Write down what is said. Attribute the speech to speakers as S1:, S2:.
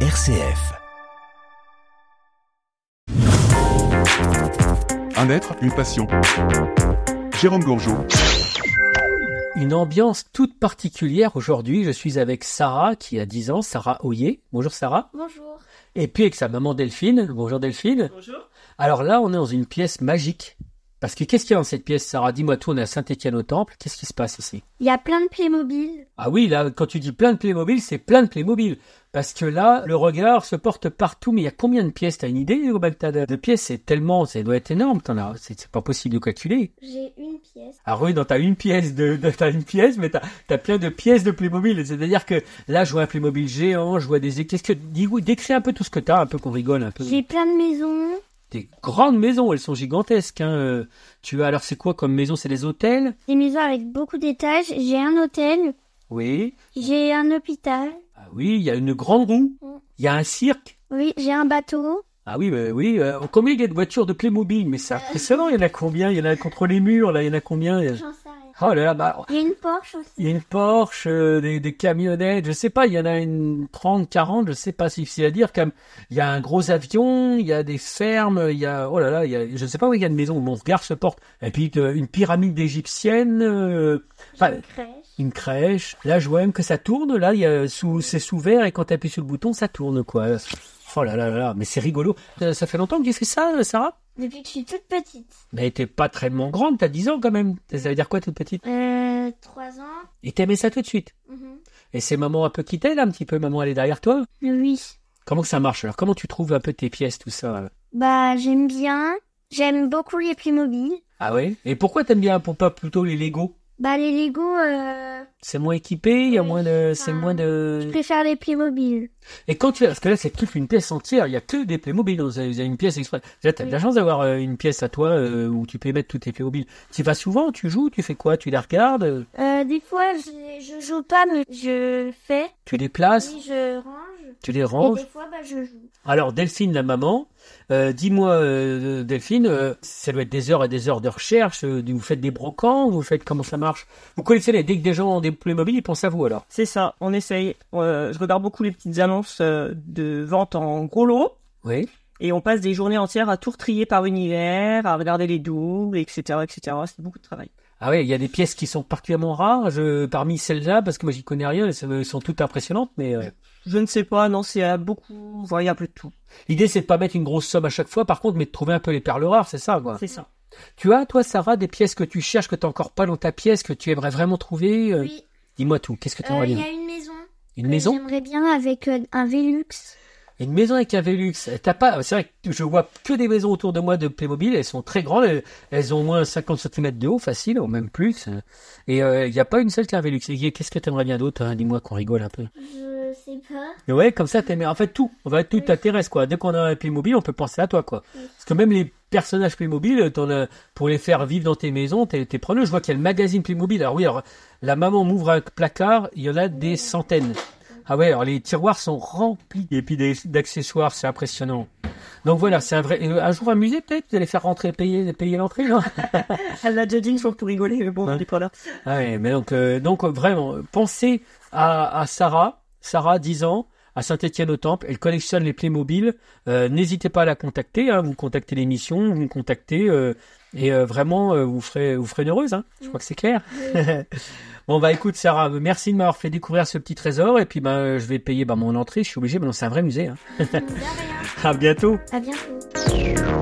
S1: RCF.
S2: Un être, une passion. Jérôme Gourgeot.
S3: Une ambiance toute particulière aujourd'hui. Je suis avec Sarah qui a 10 ans, Sarah Oyer. Bonjour Sarah.
S4: Bonjour.
S3: Et puis avec sa maman Delphine. Bonjour Delphine.
S4: Bonjour.
S3: Alors là, on est dans une pièce magique. Parce que qu'est-ce qu'il y a dans cette pièce, Sarah Dis-moi tout, on est à Saint-Étienne au Temple. Qu'est-ce qui se passe ici
S4: Il y a plein de Playmobil.
S3: Ah oui, là, quand tu dis plein de Playmobil, c'est plein de Playmobil. Parce que là, le regard se porte partout. Mais il y a combien de pièces T'as une idée, au Baltade De pièces, c'est tellement, ça doit être énorme. T'en as, c'est c'est pas possible de calculer.
S4: J'ai une pièce.
S3: Ah oui, non, t'as une pièce de, de- t'as une pièce, mais t'as, t'as plein de pièces de Playmobil. C'est-à-dire que là, je vois un Playmobil géant, je vois des, qu'est-ce que, dis- décris un peu tout ce que t'as, un peu qu'on rigole un peu.
S4: J'ai plein de maisons.
S3: Des grandes maisons, elles sont gigantesques, hein. euh, Tu as, alors c'est quoi comme maison? C'est des hôtels?
S4: Des maisons avec beaucoup d'étages. J'ai un hôtel.
S3: Oui.
S4: J'ai un hôpital.
S3: Ah oui, il y a une grande roue.
S4: Mm.
S3: Il y a un cirque.
S4: Oui, j'ai un bateau.
S3: Ah oui, bah oui. euh, combien il y a de voitures de Playmobil? Mais c'est impressionnant. Il y en a combien? Il y en a contre les murs, là. Il y en a combien? Il y a-
S4: J'en sais rien.
S3: Oh là là, bah,
S4: J'ai une Porsche aussi.
S3: Il y a une Porsche, euh, des, des camionnettes, je sais pas, il y en a une 30, 40, je sais pas si c'est à dire. Comme il y a un gros avion, il y a des fermes, il y a oh là là, il y a, je sais pas où il y a de maisons où mon regard se porte. Et puis euh, une pyramide égyptienne, euh,
S4: J'ai
S3: enfin,
S4: une crèche.
S3: une crèche. Là, je vois même que ça tourne. Là, il y a sous, c'est sous vert et quand tu appuies sur le bouton, ça tourne quoi. Oh là là là, là mais c'est rigolo. Ça, ça fait longtemps que tu fais ça, Sarah.
S4: Depuis que je suis toute petite.
S3: Mais t'es pas très grande, t'as 10 ans quand même. Ça veut dire quoi toute petite
S4: Euh, 3 ans.
S3: Et t'aimais ça tout de suite.
S4: Mhm.
S3: Et c'est maman un peu qui t'aide un petit peu, maman elle est derrière toi.
S4: Oui.
S3: Comment que ça marche alors Comment tu trouves un peu tes pièces, tout ça euh
S4: Bah, j'aime bien. J'aime beaucoup les Playmobil.
S3: Ah ouais Et pourquoi t'aimes bien pour pas plutôt les Lego
S4: Bah, les Lego, euh,
S3: C'est moins équipé, il y a
S4: Oui,
S3: moins de. C'est
S4: enfin,
S3: moins
S4: je
S3: de.
S4: préfère les Playmobil.
S3: Et quand tu Parce que là c'est toute une pièce entière, il y a que des Playmobil, vous avez vous avez une pièce exprès. Déjà t'as de la chance d'avoir euh, une pièce à toi euh, où tu peux mettre tous tes Playmobil. Tu y vas souvent, tu joues, tu fais quoi Tu les regardes, euh,
S4: Euh, des fois, je, je joue pas, mais je fais.
S3: tu les places,
S4: Oui, je range.
S3: tu les
S4: Et
S3: ranges.
S4: des fois, bah, je joue.
S3: Alors Delphine, la maman, euh, dis-moi euh, Delphine, euh, ça doit être des heures et des heures de recherche, euh, vous faites des brocans, vous faites comment ça marche Vous connaissez les, dès que des gens ont des Playmobil, ils pensent à vous alors
S5: C'est ça, on essaye. Euh, je regarde beaucoup les petites annonces euh, de vente en gros lot.
S3: Oui.
S5: Et on passe des journées entières à tout trier par univers, à regarder les doubles, etc., etc. C'est beaucoup de travail.
S3: Ah ouais, il y a des pièces qui sont particulièrement rares je, parmi celles-là, parce que moi j'y connais rien, elles sont- elles sont toutes impressionnantes, mais euh,
S5: Je ne sais pas, non, c'est euh, beaucoup, voilà, il y a un peu de tout.
S3: l'idée c'est de pas mettre une grosse somme à chaque fois, par contre, mais de trouver un peu les perles rares, c'est ça quoi.
S5: C'est ça.
S3: Tu as, toi Sarah, des pièces que tu cherches, que t'as encore pas dans ta pièce, que tu aimerais vraiment trouver euh,
S4: Oui.
S3: Dis-moi tout, qu'est-ce que tu
S4: Euh,
S3: aimerais
S4: Il y
S3: bien
S4: a une maison.
S3: Une
S4: que
S3: maison
S4: J'aimerais bien avec euh, un Velux.
S3: Une maison avec un Velux, t'as pas, c'est vrai que je vois que des maisons autour de moi de Playmobil, elles sont très grandes, elles, elles ont au moins 50 cm de haut, facile, ou même plus. Et euh, il n'y a pas une seule qui a un Velux. Et Qu'est-ce que t'aimerais bien d'autre, hein dis-moi qu'on rigole un peu.
S4: Je sais pas.
S3: Mais ouais, comme ça, t'aimes, en fait, tout, on va, tout t'intéresse, quoi. Dès qu'on a un Playmobil, on peut penser à toi, quoi. Parce que même les personnages Playmobil, t'en as- pour les faire vivre dans tes maisons, t'es, t'es preneur. Je vois qu'il y a le magazine Playmobil. Alors oui, alors, la maman m'ouvre un placard, il y en a des centaines. Ah ouais, alors les tiroirs sont remplis. Et puis des, d'accessoires, c'est impressionnant. Donc voilà, c'est un vrai, euh, un jour un musée, peut-être, vous allez faire rentrer, payer, payer l'entrée, genre.
S5: Elle l'a déjà dit une fois pour rigoler, mais bon,
S3: Hein
S5: on est pas là.
S3: Ah Ouais, mais donc, euh, donc euh, vraiment, euh, pensez à, à Sarah, Sarah, 10 ans, à Saint-Étienne au Temple. Elle collectionne les Playmobil. Euh, N'hésitez pas à la contacter. hein. vous contactez l'émission, vous me contactez, euh, et euh, vraiment, euh, vous ferez, vous ferez une heureuse. hein. Je crois que c'est clair. bon bah écoute, Sarah, euh, merci de m'avoir fait découvrir ce petit trésor. Et puis bah, euh, je vais payer bah, mon entrée. Je suis obligé. Maintenant, c'est un vrai musée. hein.
S4: De rien.
S3: À bientôt.
S4: À bientôt.